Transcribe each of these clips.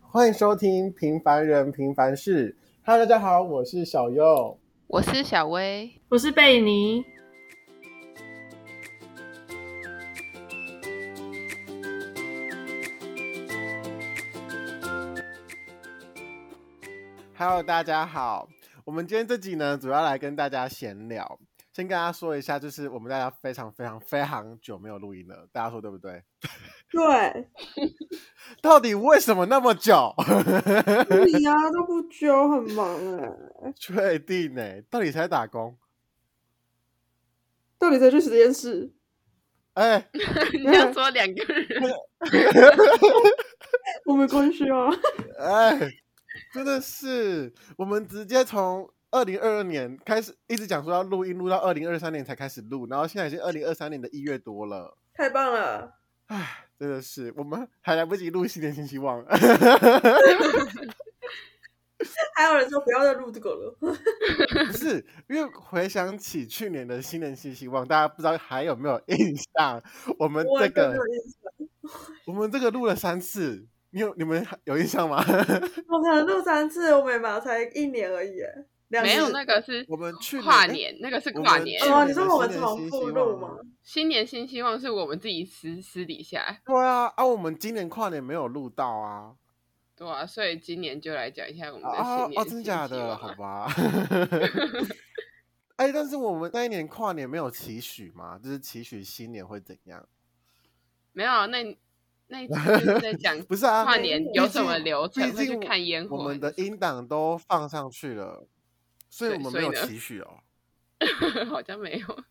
欢迎收听《平凡人平凡事》。Hello，大家好，我是小优。我是小薇，我是贝尼。 Hello，大家好。我们今天这集呢，主要来跟大家闲聊。先跟大家说一下，就是我们大家非常非常非常久没有录音了，大家说对不对？对，到底为什么那么 久？你啊都不揪，很忙哎、确定呢、到底谁在打工？到底谁去实验室？哎、 你要说两个人，我没关系啊。哎，真的是，我们直接从二零二二年开始，一直讲说要录音，录到二零二三年才开始录，然后现在已经二零二三年的一月多了， 太棒了！真的是，我们还来不及录新年新希望。还有人说不要再录这个了。 不是，因为回想起去年的新年新希望，大家不知道还有没有印象？我们我呃这也个没，有印象，我们这个录了三次，你有你们有印象吗？ 我可能录三次，我每马才一年而已、欸。两没有次那个是我们去年跨哎年，那个是我跨们年去。哦，年你的说我们新年重新复希录望吗？新年新希望是我们自己私私底下，对啊，啊，我们今年跨年没有录到啊。对啊，所以今年就来讲一下我们的啊新哦，真年新的希假望的？啊。好吧。 哎，但是我们那一年跨年没有期许嘛，就是期许新年会怎样？没有啊，那你那一次就是在讲不是啊，跨年毕有竟什么流程毕会去竟看烟火我们的还是什音档都放上去了，所以对我们所没以有呢期许哦。 好像没有。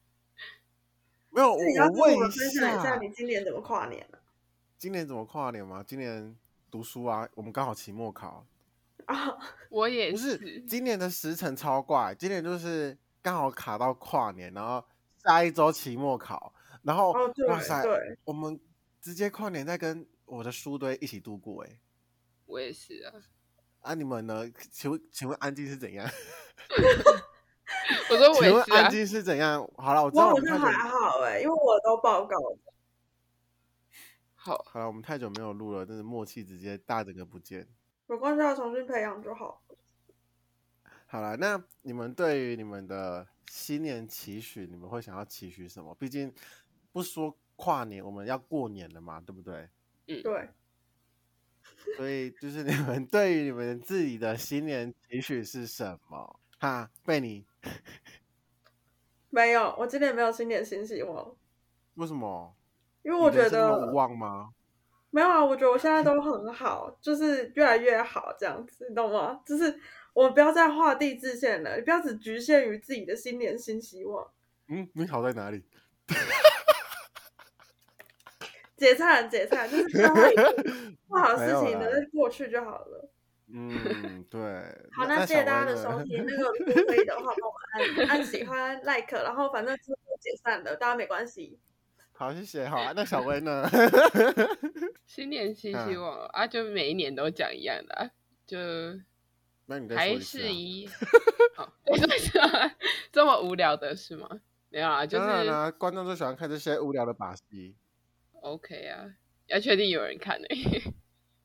没有，我那你要跟问我们分享一下下，你今年怎么跨年了今年怎么跨年吗？今年读书啊，我们刚好期末考，啊？我也不是，今年的时辰超怪，今年就是刚好卡到跨年，然后下一周期末考，然后、哦，对哇塞，对，我们直接跨年在跟我的书堆一起度过、欸，我也是啊。啊，你们呢？请问，请问安静是怎样？ 我说我请也问是啊安，静是怎样？好了，我知我道我好们像太久还好哎、因为我都报告了。好，好了，我们太久没有录了，真的默契直接大整个不见。没关系啊，重新培养就好。好了，那你们对于你们的新年期许，你们会想要期许什么？毕竟不说跨年，我们要过年了嘛，对不对？对，所以就是你们 对于你们自己的新年期许是什么？哈，贝尼，没有，我今年没有新年新希望，为什么？因为我你人觉生那得么无望吗？没有啊，我觉得我现在都很好，就是越来越好这样子，你懂吗？就是我们不要再画地自限了，你不要只局限于自己的新年新希望。嗯，你好在哪 里？解散，解散，就是不要 让不好的事没情有呢啦过去就好了。嗯，对。好，那谢小谢大家薇的收呢听。那个如果可以的话，帮我们按按喜欢、like，然后反正就是我解散了，大家没关系。 好，谢谢。好，那小薇呢？ 新年新希嗯望啊，就每一年都讲一样的啊，就那你再说还一次是啊 一，好，再说一次啊 这么无聊的是吗？没有啊，就当然是啦、观众最喜欢看这些无聊的把戏。 OK 啊，要确定有人看诶、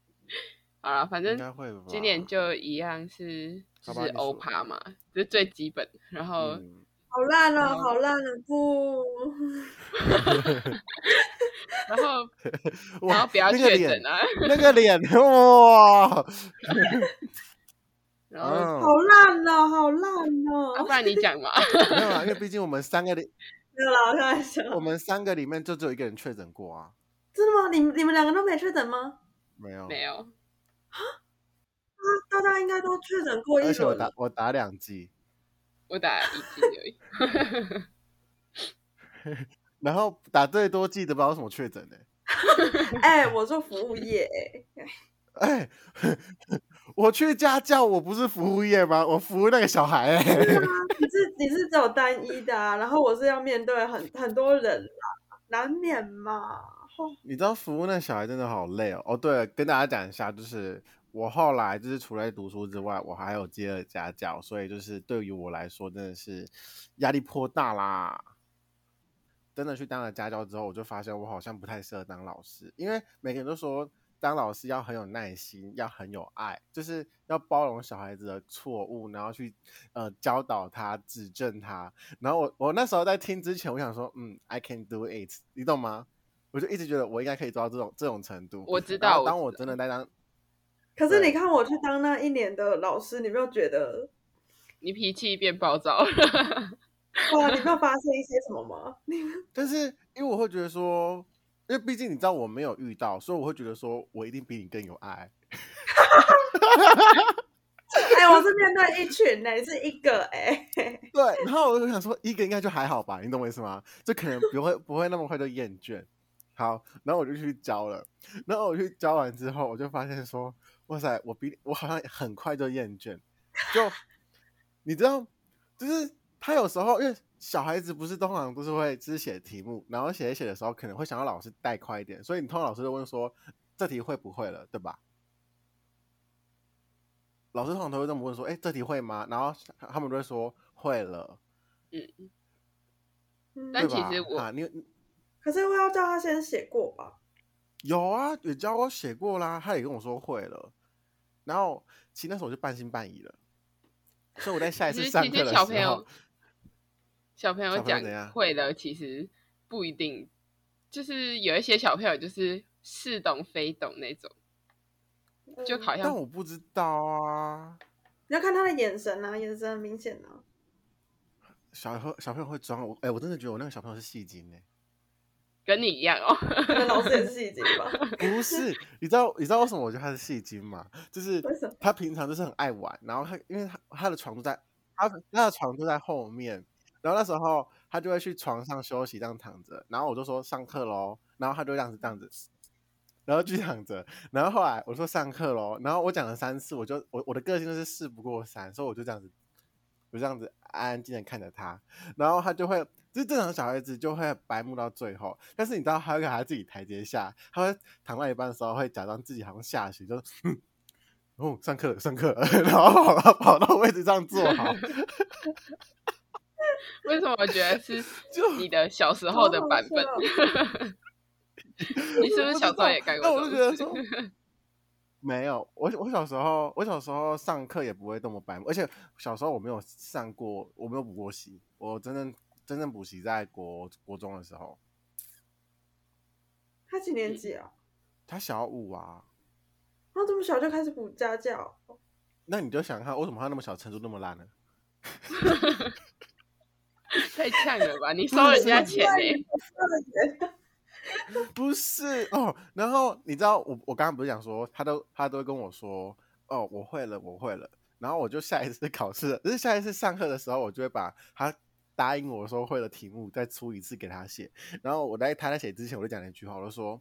好啦，反应正该会吧。今年就一样是就好吧是你说欧趴嘛，这是最基本。然后、嗯，好烂然了，后好烂了，不，然后然后 哇不要那个确脸诊，啊，那个 脸，哇！嗯然啊后、好烂了，好烂哦啊、了不。然你 讲嘛，没有啦，因为毕竟我们三个里，没有啦，开玩笑。我们三个里面就只有一个人确诊过啊，真的吗？你们你们两个都没确诊吗？没有。没有，大家应该都确诊过一而且我轮打了。我打两剂，我打一剂而已。然后打最多剂的不知道为什么确诊呢、哎、我做服务业、 哎，哎、我去家教，我不是服务业吗？我服务那个小孩、哎，啊你是你是只有单一的啊，然后我是要面对很很多人啦，难免嘛。哦你知道服务那小孩真的好累哦。哦，对了，跟大家讲一下，就是我后来就是除了读书之外，我还有接了家教，所以就是对于我来说真的是压力颇大啦。真的去当了家教之后，我就发现我好像不太适合当老师，因为每个人都说当老师要很有耐心，要很有爱，就是要包容小孩子的错误，然后去呃教导他、指正他。然后我我那时候在听之前，我想说，嗯，I can do it，你懂吗？我就一直觉得我应该可以做到这种这种程度。我知然道后我当知我道真的在当可是对你看我去当那一年的老师，你没有觉得你脾气变暴躁了，哇？你没有发现一些什么吗？ 但是因为我会觉得说，因为毕竟你知道我没有遇到，所以我会觉得说我一定比你更有爱。哎、我是面对一群呢、是一个哎、对，然后我就想说一个应该就还好吧，你懂我意思吗？就可能不会不会那么快就厌倦。好，然后我就去教了，然后我去教完之后，我就发现说，哇塞，我比我好像很快就厌倦，就你知道，就是他有时候因为小孩子不是通常都是会只写题目，然后写一写的时候可能会想要老师带快一点，所以你通常老师就问说这题会不会了，对吧？老师通常都会这么问说，哎，这题会吗？然后他们都会说会了，嗯对但吧其实我啊，你你可是我要叫他先写过吧？有啊，有教我写过啦，他也跟我说会了，然后其实那时候我就半信半疑了，所以我在下一其次实上其课实的小朋时友候，，小朋友小朋友讲怎样会了，其实不一定，就是有一些小朋友就是似懂非懂那种，就嗯好但像我不知道啊，你要看他的眼神啊，眼神很明显啊。小朋友小朋友会装我，哎、我真的觉得我那个小朋友是戏精欸呢、跟你一样哦。 可能老师也是戏精吧？不是，你知道你知道为什么我觉得他是戏精吗？就是为什么他平常就是很爱玩，然后他因为他他的床都在他他的床都在后面，然后那时候他就会去床上休息，这样躺着，然后我就说上课喽，然后他就这样子这样子，然后继续躺着，然后后来我说上课喽，然后我讲了三次，我就我我的个性就是事不过三，所以我就这样子，我这样子安安静静地看着他，然后他就会，就是正常小孩子就会白目到最后，但是你知道他会给他自己台阶下，他会躺到一半的时候会假装自己好像下雪，就是嗯，哦上课了上课了， 然后跑到跑到位置上坐好，为什么我觉得是 就你的小时候的版本？哦好 你是不是小时候也干过那我这就觉种得事？说， 没有，我我小时候，我小时候上课也不会这么白目，而且小时候我没有上过，我没有补过习，我真正真正补习在国国中的时候，他几年级啊？他小五啊，他这么小就开始补家教，那你就想看为什么他那么小程度那么烂呢？太呛了吧！你收人家钱呢、哎不是哦，然后你知道我我刚刚不是讲说，他都他都会跟我说，哦，我会了，我会了。然后我就下一次考试，就是下一次上课的时候，我就会把他答应我说会的题目再出一次给他写。然后我在他在写之前，我就讲了一句话，我就说，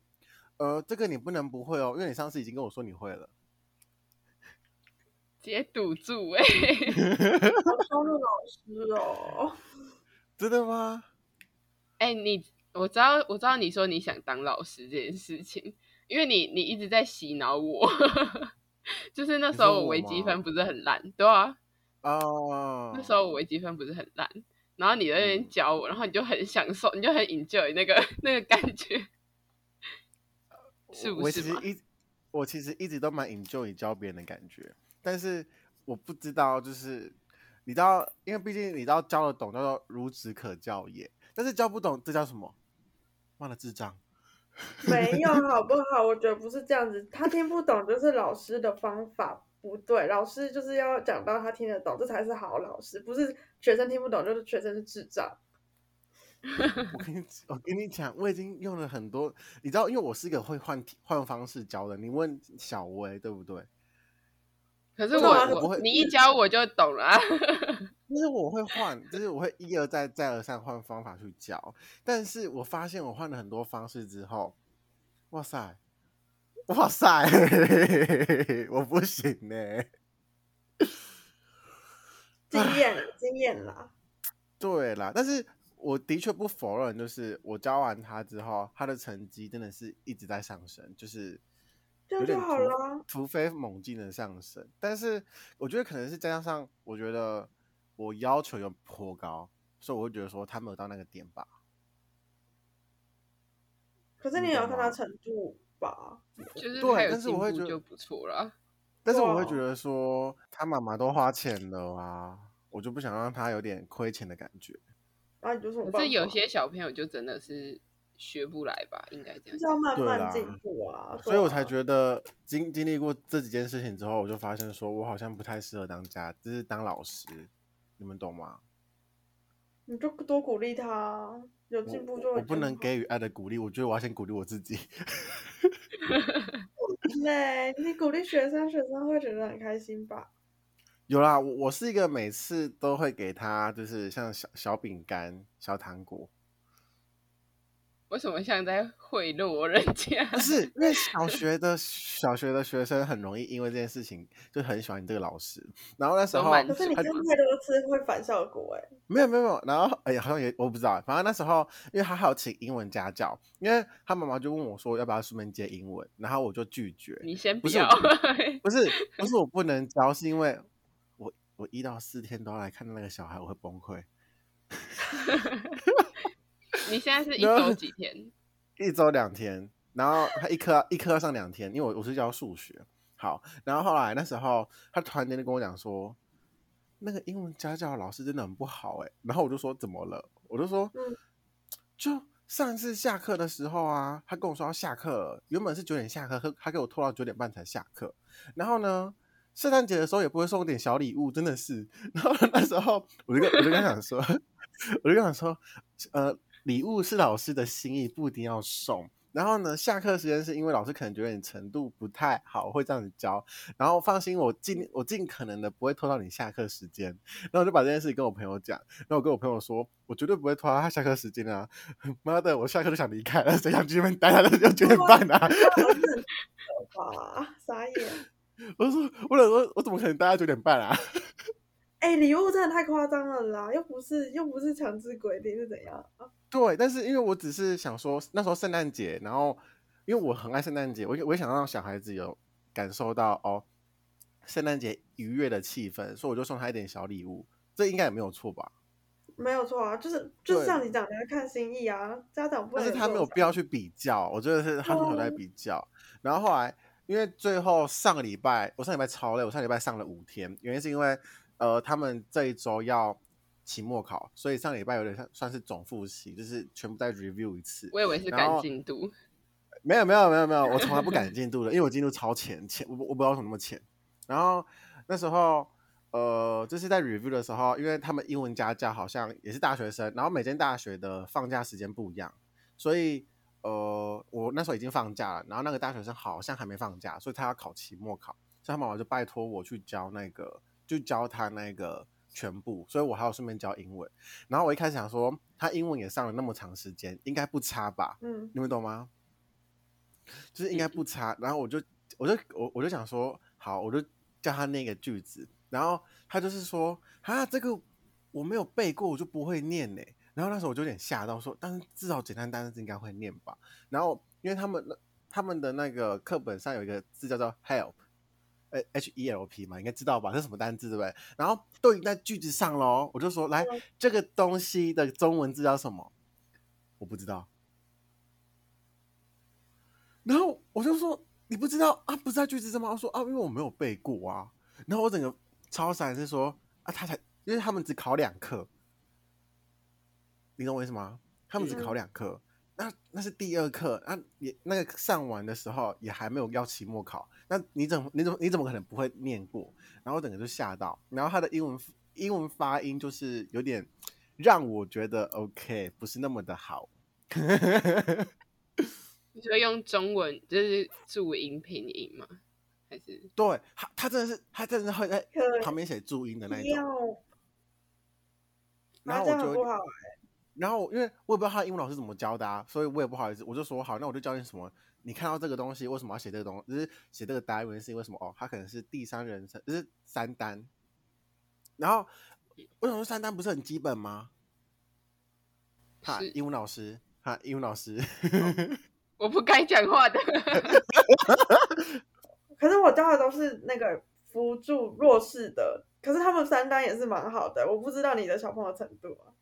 呃，这个你不能不会哦，因为你上次已经跟我说你会了。直接堵住哎、好凶的老师哦。真的吗？哎、你我知道我知道你说你想当老师这件事情，因为你你一直在洗脑我， 就是那时候我微积分不是很烂，对啊，哦，那时候我微积分不是很烂，然后你在那边嗯教我，然后你就很享受，你就很 enjoy 那个 那个感觉，是我不呃我是其实嘛一我其实一直都蛮 enjoy 教别人的感觉，但是我不知道，就是你知道，因为毕竟你知道教得懂叫做孺子可教也，但是教不懂这叫什么？忘了智障。没有好不好？我觉得不是这样子，他听不懂就是老师的方法不对，老师就是要讲到他听得懂，这才是好老师，不是学生听不懂就是学生是智障。我跟你我跟你讲，我已经用了很多，你知道，因为我是一个会换题换方式教的。你问小薇对不对？可是不懂啊我我我会你一教我就懂了、啊， 就是我会换，就是我会一而再、再而三换方法去教。但是我发现我换了很多方式之后，哇塞，哇塞， 我不行呢、经验经验啦，对啦，但是我的确不否认，就是我教完他之后，他的成绩真的是一直在上升，就是这样有点就好突啦突飞猛进的上升。但是我觉得可能是加上，我觉得我要求有颇高，所以我会觉得说他没有到那个点吧。可是你也要看他程度，吧？就是对他有但是进我会步觉得就不错了。但是我会哇觉得说，他妈妈都花钱了啊，我就不想让他有点亏钱的感觉。啊，有什么办可法？是有些小朋友就真的是学不来吧，应该这样就是。要慢对慢啦进步啊，所以我才得觉得经经历过这几件事情之后，我就发现说我好像不太适合当家，就是当老师，你们懂吗？你就多鼓励他啊，有我进步我就我不能给。 给予爱的鼓励，我觉得我要先鼓励我自己。 嘞，你鼓励学生，学生会觉得很开心吧？有啦，我我是一个每次都会给他就是像小小饼干、小糖果，为什么像在贿赂人家？不是因为小学的小学的学生很容易因为这件事情就很喜欢你这个老师，然后那时都候满可是你他这样太多次会反效果哎、没有没有没有，然后哎呀，好像也我不知道，反正那时候因为他还有请英文家教，因为他妈妈就问我说要不要顺便接英文，然后我就拒绝， 你先不不是要，不是不是我不能教，是因为我我一到四天都要来看那个小孩，我会崩溃。 你现在是一然后周几天？一周两天，然后他一科一科要上两天，因为我我是教数学。好，然后后来那时候他突然间就跟我讲说，那个英文家教老师真的很不好哎、然后我就说怎么了？我就说，嗯就上一次下课的时候啊，他跟我说要下课了，原本是九点下课，他他给我拖到九点半才下课。然后呢，圣诞节的时候也不会送我点小礼物，真的是。 然后那时候我就跟我就跟他讲说， 我就跟他说，呃，礼物是老师的心意，不一定要送。然后呢，下课时间是因为老师可能觉得你程度不太好，会这样子教。然后放心，我尽我尽可能的不会拖到你下课时间。然后我就把这件事情跟我朋友讲，然后我跟我朋友说，我绝对不会拖到他下课时间啊！ 妈的，我下课就想离开了，谁想去那边待？他就九点半啊！欸 好吧，傻眼。我就说，我想说，我怎么可能待到九点半啊？哎、礼物真的太夸张了啦，又不是又不是强制规定是怎样？对，但是因为我只是想说，那时候圣诞节，然后因为我很爱圣诞节，我也我也想让小孩子有感受到哦，圣诞节愉悦的气氛，所以我就送他一点小礼物，这应该也没有错吧？没有错啊，就是就对是像你讲的要看心意啊，家长不但是能有这种想法。啊他没有必要去比较，我觉得是他们都在比较。然后后来，因为最后上个礼拜，我上礼拜超累，我上礼拜上了五天，原因是因为呃，他们这一周要期末考，所以上礼拜有点像算是总复习，就是全部再 review 一次。我以为是然赶后进度，没有没有没有没有，我从来不赶进度的，因为我进度超前，前我不我不知道为什么那么前。然后那时候呃，就是在 review 的时候，因为他们英文家教好像也是大学生，然后每间大学的放假时间不一样，所以呃，我那时候已经放假了，然后那个大学生好像还没放假，所以他要考期末考，所以他妈妈就拜托我去教那个，就教他那个全部，所以我还有顺便教英文。然后我一开始想说，他英文也上了那么长时间，应该不差吧？嗯，你们懂吗？就是应该不差。然后我就我就我我就想说，好，我就叫他念一个句子，然后他就是说啊，这个我没有背过，我就不会念呢。然后那时候我就有点吓到，说，但是至少简单单字应该会念吧。然后因为他们那他们的那个课本上有一个字叫做 help。呃，H E L P 嘛，应该知道吧？这是什么单字对不对？然后都已经在句子上喽，我就说，来，这个东西的中文字叫什么？我不知道。然后我就说：“你不知道啊？不是在句子上吗？”我说：“啊，因为我没有背过啊。”然后我整个超闪是说：“啊，他才，因为他们只考两课，你懂我意思吗？他们只考两课，那那是第二课，那也那个上完的时候也还没有要期末考，那你怎么你怎么你怎么可能不会念过？”然后我整个就吓到。然后他的英文英文发音就是有点让我觉得 OK，不是那么的好。 你说用中文就是注音拼音吗？还是对他，他真的是，他真的是会在可旁边写注音的那不一种。要，然啊后我这样很不就，好。然后我因为我也不知道他的英文老师怎么教的、啊，所以我也不好意思，我就说好，那我就教你什么。你看到这个东西，为什么要写这个东西？就是写这个单元是因为什么？哦，他可能是第三人称，就是三单。然后为什么三单不是很基本吗？他是英文老师，他英文老师， 我不该讲话的？ 可是我教的都是那个辅助弱势的，可是他们三单也是蛮好的，我不知道你的小朋友程度啊。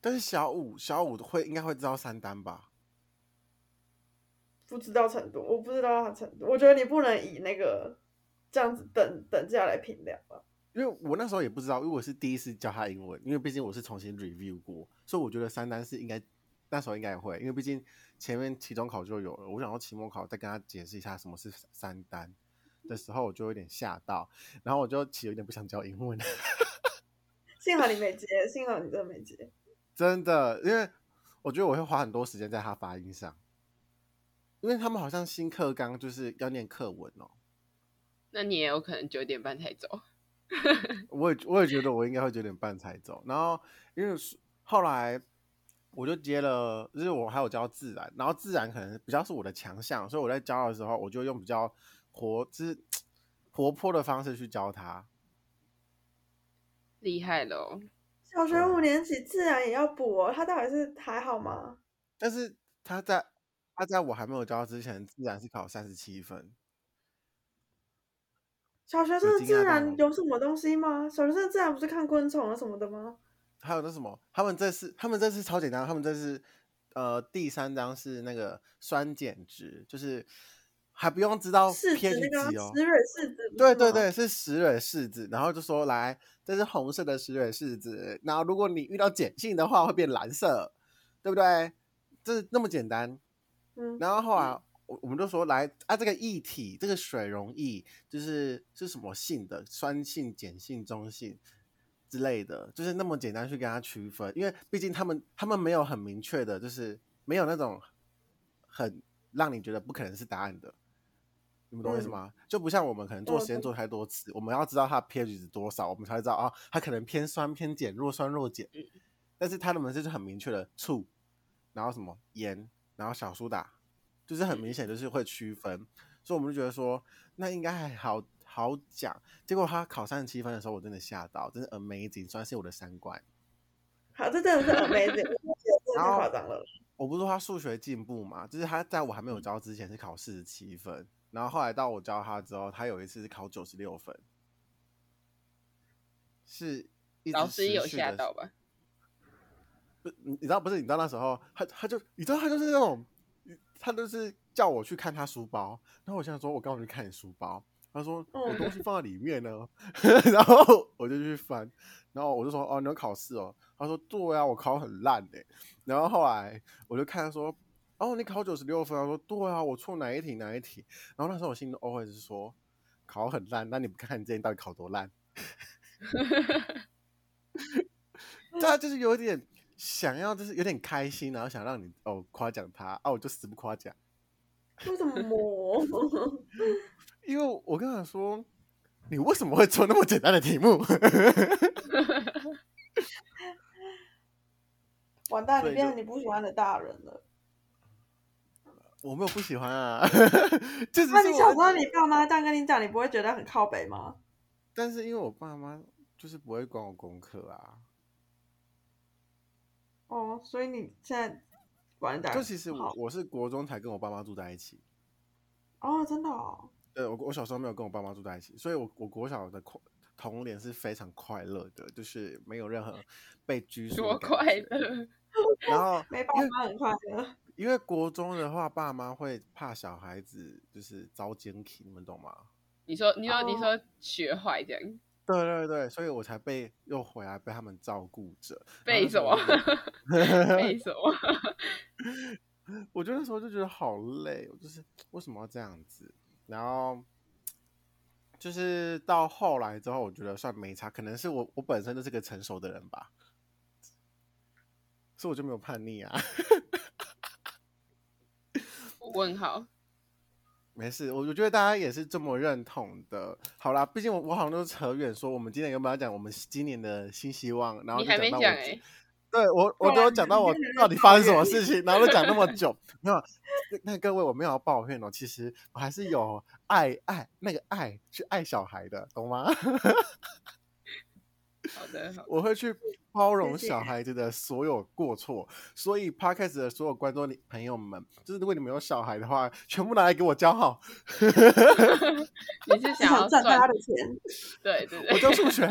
但是小五小五会应该会知道三单吧？不知道程度，我不知道他程度，我觉得你不能以那个这样子等等价来评量吧。因为我那时候也不知道，因为我是第一次教他英文，因为毕竟我是重新 review 过，所以我觉得三单是应该那时候应该也会，因为毕竟前面期中考就有了，我想要期末考再跟他解释一下什么是三单的时候，我就有点吓到，然后我就其实有点不想教英文， 幸好你没接，幸好你真的没接，真的，因为我觉得我会花很多时间在他发音上，因为他们好像新课纲就是要念课文哦，那你也有可能九点半才走。 我也我也觉得我应该会九点半才走，然后因为后来我就接了，就是我还有教自然，然后自然可能比较是我的强项，所以我在教的时候，我就用比较活就是活泼的方式去教他。厉害了哦，小学五年级自然也要补哦，他到底是还好吗？但是他在他在我还没有教之前，自然是考三十七分。小学生的自然有什么东西吗？小学生的自然不是看昆虫啊什么的吗？还有那什么，他们这次他们这次超简单，他们这次呃第三章是那个酸碱值，就是还不用知道柿子 pH 那个值哦。石蕊柿子，对对对，，是石蕊柿子，然后就说来，这是红色的石蕊柿子，然后如果你遇到碱性的话会变蓝色，对不对？这那么简单，嗯，然后后来我我们就说来啊，这个液体，这个水溶液就是是什么性的，酸性、碱性、中性之类的，就是那么简单去跟它区分，因为毕竟他们他们没有很明确的，就是没有那种很让你觉得不可能是答案的。你们懂我意思嗯吗？就不像我们可能做我实验懂做太多次，我们要知道它的 pH 值多少，我们才会知道啊，它可能偏酸偏碱，若酸若碱。但是它的门就是很明确的醋，然后什么盐，然后小苏打，就是很明显就是会区分，所以我们就觉得说那应该还好好讲。结果他考三十七分的时候，我真的吓到，真是 amazing，算是我的三观。好，这真的是 amazing，我觉得真的然太后夸张了。我不是说他数学进步嘛，就是他在我还没嗯有教之前是考四十七分，然后后来到我教他之后，他有一次是考九十六分，是一直老师持有续吓地到吧？不，你你知道不是？你知道那时候他他就你知道他就是那种，他就是叫我去看他书包，然后我想说，我刚好去看你书包，他说我嗯东西放在里面呢， 然后我就去翻，然后我就说哦，你要考试哦，他说对啊，我考很烂的、然后后来我就看他说。哦，你考九十六分，他说对啊，我错哪一题哪一题。然后那时候我心里 always 是说，考很烂，那你不看看你之前到底考多烂？ 他就是有点想要，就是有点开心，然后想让你哦夸奖他啊，我就死不夸奖，为什么？因为我跟他说，你为什么会做那么简单的题目？ 完蛋，所你以变就成你不喜欢的大人了。我没有不喜欢啊， 这只那是你小时我，候你爸妈这样跟你讲，你不会觉得很靠北吗？但是因为我爸妈就是不会管我功课啊，哦，所以你现在管的就其实我哎好我是国中才跟我爸妈住在一起，哦，真的哦，对我我小时候没有跟我爸妈住在一起，所以我我国小的快童年是非常快乐的，就是没有任何被拘束多的感快觉，乐！然后没爸妈很快乐。因为国中的话，爸妈会怕小孩子就是遭奸情，你们懂吗？你说，你说，你哦说学坏这样，对对对，所以我才被又回来被他们照顾着。 然背后什么？ 背什么？我就那时候就觉得好累，我就是为什么要这样子？然后就是到后来之后，我觉得算没差，可能是我我本身就是个成熟的人吧，所以我就没有叛逆啊。问号。没事，我我觉得大家也是这么认同的。好啦，毕竟我我好像都扯远说，我们今天有没有要讲我们今年的新希望？然后你就还没到讲我哎、自对我我欸对都啊有讲到我你今年到底在抱发生什怨么事情，然后都讲那 么久，没有。那那各位我没有要抱怨哦，其实我还是有爱爱那个爱去爱小孩的，懂吗？ 好的，好的，我会去包容谢谢小孩子的所有过错，所以 podcast 的所有观众朋友们，就是如果你们有小孩的话，全部拿来给我教好，你是想 要想赚算大家的钱，对对我对，教数学，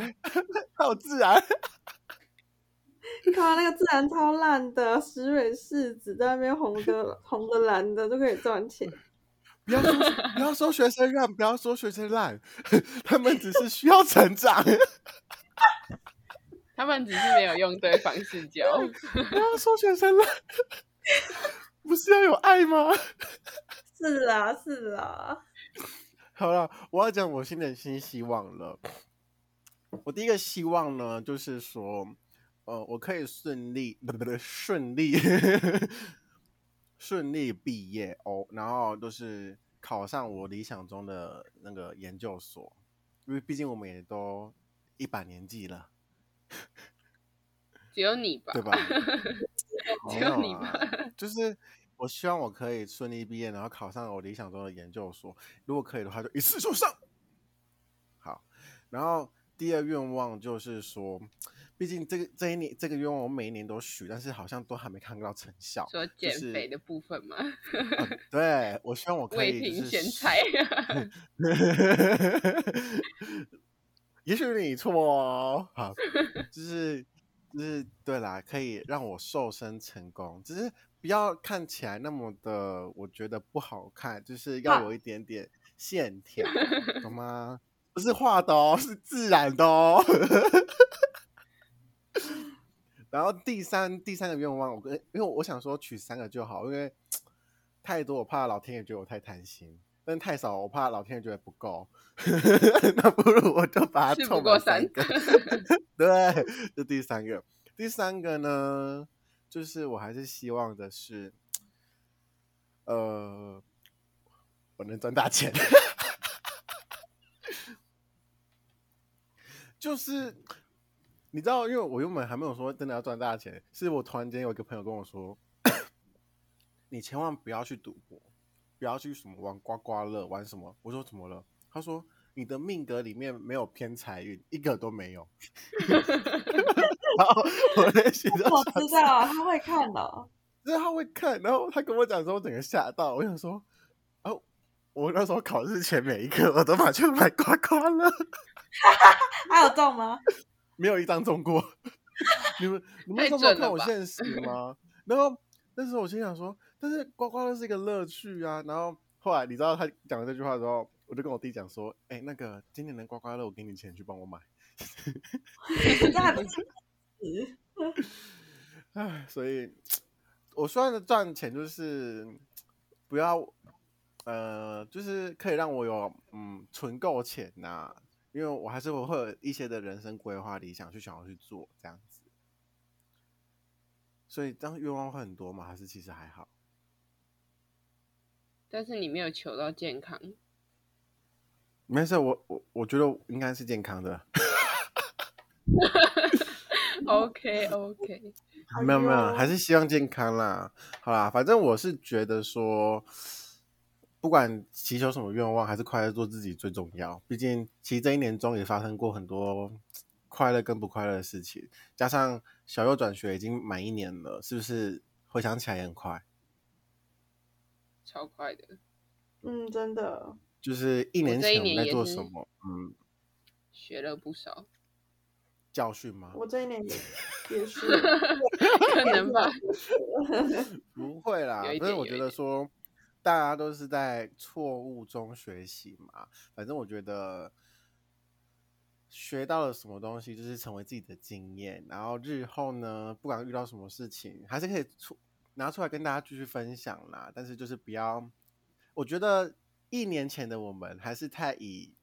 还有自然。看啊那个自然超烂的，石蕊柿子在那边红 的、红的、蓝的都可以赚钱。 不要说不要说学生烂，不要说学生烂， 他们只是需要成长。 他们只是没有用对方式教。不要说学生烂， 不是要有爱吗？是啊，是啊。好了，我要讲我新的新希望了。我第一个希望呢，就是说，呃，我可以顺利，不不不，顺利，顺利毕业哦，然后就是考上我理想中的那个研究所，因为毕竟我们也都一把年纪了，只有你吧，对吧？ 哦只有你吧，就是我希望我可以顺利毕业，然后考上我理想中的研究所，如果可以的话，就一次就上。好，然后。第二愿望就是说，毕竟这个这一年这个愿望我每一年都许，但是好像都还没看到成效。说减肥的部分吗？就是哦、对，我希望我可以、就是。平选材。 也许你错哦，好，就是就是对啦，可以让我瘦身成功，只是不要看起来那么的，我觉得不好看，就是要有一点点线条，懂吗？不是画的哦，是自然的哦。然后第三第三个愿望，我跟因为我想说取三个就好，因为太多我怕老天爷觉得我太贪心，但太少我怕老天爷觉得不够， 那不如我就把它凑过三个。 对，这第三个，第三个呢，就是我还是希望的是，呃，我能赚大钱。 就是你知道，因为我原本还没有说真的要赚大钱，是我突然间有一个朋友跟我说 你千万不要去赌博，不要去什么玩刮刮乐，玩什么。我说怎么了？他说你的命格里面没有偏财运，一个都没有。 然后我那些 我知道啊他会看的、哦，就是他会看。然后他跟我讲说，我整个吓到，我想说，哦，我那时候考试前每一刻我都跑去买刮刮乐。还有中吗？”没有一张中过。 你们你们那时候看我现实吗？然后那时候我心想说，但是刮刮乐是一个乐趣啊。然后后来你知道他讲了这句话之后，我就跟我弟讲说：“哎、欸，那个今年的刮刮乐，我给你钱去帮我买。哎所以我说的赚钱就是不要呃，就是可以让我有嗯存够钱呐、啊。因为我还是我会有一些的人生规划理想去想要去做这样子，所以当愿望会很多嘛，还是其实还好。但是你没有求到 健康，没事，我我我觉得应该是健康的。 OK OK，没有没有，还是希望健康啦。好啦，反正我是觉得说。不管祈求什么愿望，还是快乐做自己最重要。毕竟，其实这一年中也发生过很多快乐跟不快乐的事情。加上小右转学已经满一年了，是不是回想起来也很快？超快的，嗯，真的。就是一年前我在做什么？嗯，学了不少 教训吗？我这一年也也是，可能 吧。不会啦，但是我觉得说。大家都是在错误中学习嘛，反正我觉得学到了什么东西，就是成为自己的经验，然后日后呢，不管遇到什么事情，还是可以出拿出来跟大家继续分享啦。但是就是不要，我觉得一年前的我们还是太以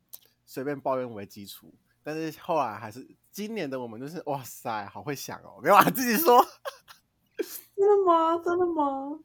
随便抱怨为基础，但是后来还是今年的我们就是哇塞，好会想哦，没有啊，自己说，真的吗？真的吗？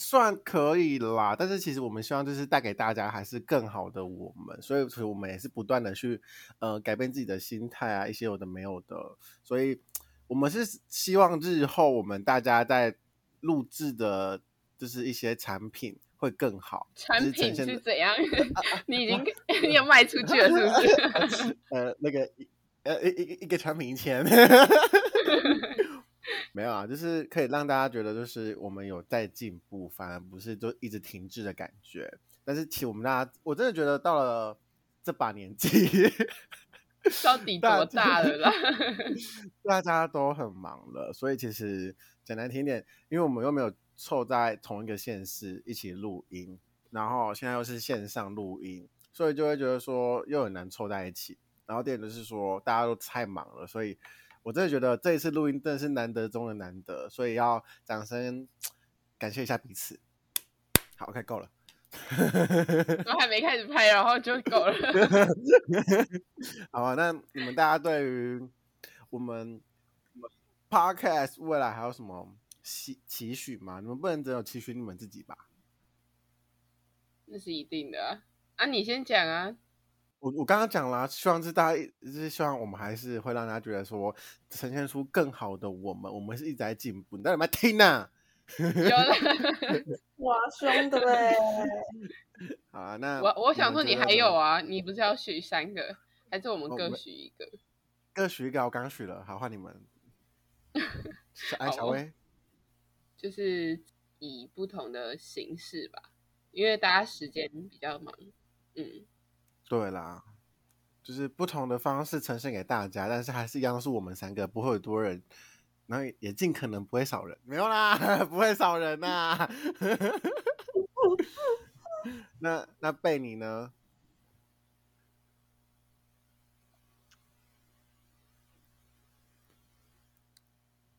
算可以啦，但是其实我们希望就是带给大家还是更好的我们，所以所以我们也是不断的去呃改变自己的心态啊，一些有的没有的，所以我们是希望日后我们大家在录制的，就是一些产品会更好。产品是怎 样？ 你已经 你有卖出去了是 不是？呃，那个呃一一一个产品一千。没有啊，就是可以让大家觉得，就是我们有在进步，反而不是就一直停滞的感觉。但是，其实我们大家，我真的觉得到了这把年纪，到底多大了啦？ 啊大家都很忙了，所以其实简单听点，因为我们又没有凑在同一个县市一起录音，然后现在又是线上录音，所以就会觉得说又很难凑在一起。然后第二就是说大家都太忙了，所以我真的觉得这一次录音真的是难得中的难得，所以要掌声感谢一下彼此。好，OK，够了。我还没开始拍，然后就够了。 好啊，那你们大家对于我们 podcast 未来还有什么期期许吗？你们不能只有期许你们自己吧？那是一定的啊！啊你先讲啊！我我刚刚讲了、啊，希望是大家，就是希望我们还是会让大家觉得说，呈现出更好的我们，我们是一直在进步。你到底有没有听啊？有了，哇，凶的嘞！好啊，那我我想说你还有啊，你不是要许三个，还是我们各许一个？哦、各许一个，我刚许了，好换你 们。小哎，小薇，就是以不同的形式吧，因为大家时间比较忙，嗯，对啦，就是不同的方式呈现给大家，但是还是一样是我们三个，不会有多人。然后也尽可能不会少人，没有啦， 不会少人呐、 啊那那贝你呢？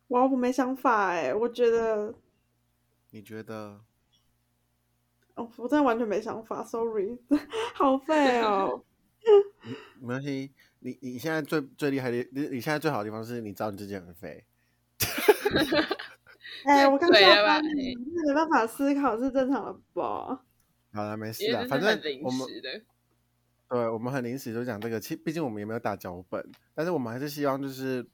哇，我没想法哎、欸，我觉得。你觉得？哦，我真的完全没想法，sorry，好 废哦。没关系，你你现在最最厉害的，你你现在最好的地方是你知道你自己很废。哎欸，我刚下班，没办法思考是正常的吧？好了，没事啊，反正我们的，对，我们很临时就讲这个，其毕竟我们也没有打脚本，但是我们还是希望就是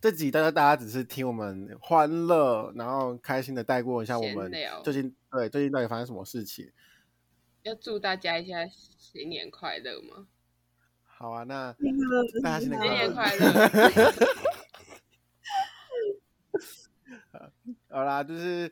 这集大家大家只是听我们欢乐，然后开心的带过一下我们最近对最近到底发生什么事情。要祝大家一下新年快乐吗？好啊，那 家大新年快乐。好啦，就是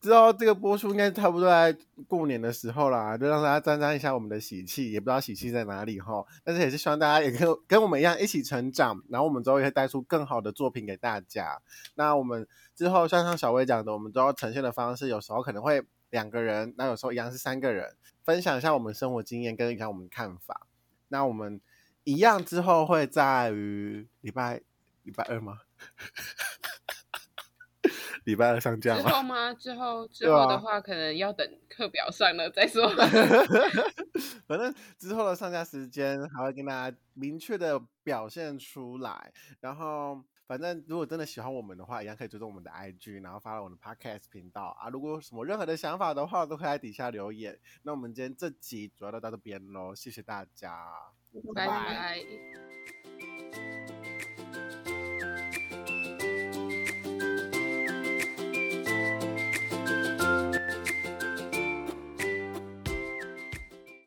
知道这个播出应该差不多在过年的时候啦，就让大家沾沾一下我们的喜气，也不知道喜气在哪里哈。但是也是希望大家也跟跟我们一样一起成长，然后我们之后也会带出更好的作品给大家。那我们之后像像小薇讲的，我们之后呈现的方式，有时候可能会两个人，那有时候一样是三个人，分享一下我们生活经验跟一下我们看法。那我们一样之后会在于礼拜礼拜二吗？ 礼拜二上架之后吗？之后之后的话，可能要等课表上了再说。 反正之后的上架时间还会跟大家明确的表现出来。然后，反正如果真的喜欢我们的话，一样可以追踪我们的 IG，然后发到我们的 Podcast 频道啊。如果有什么任何的想法的话，都可以在底下留言。那我们今天这集主要就到这边喽，谢谢大家，拜拜。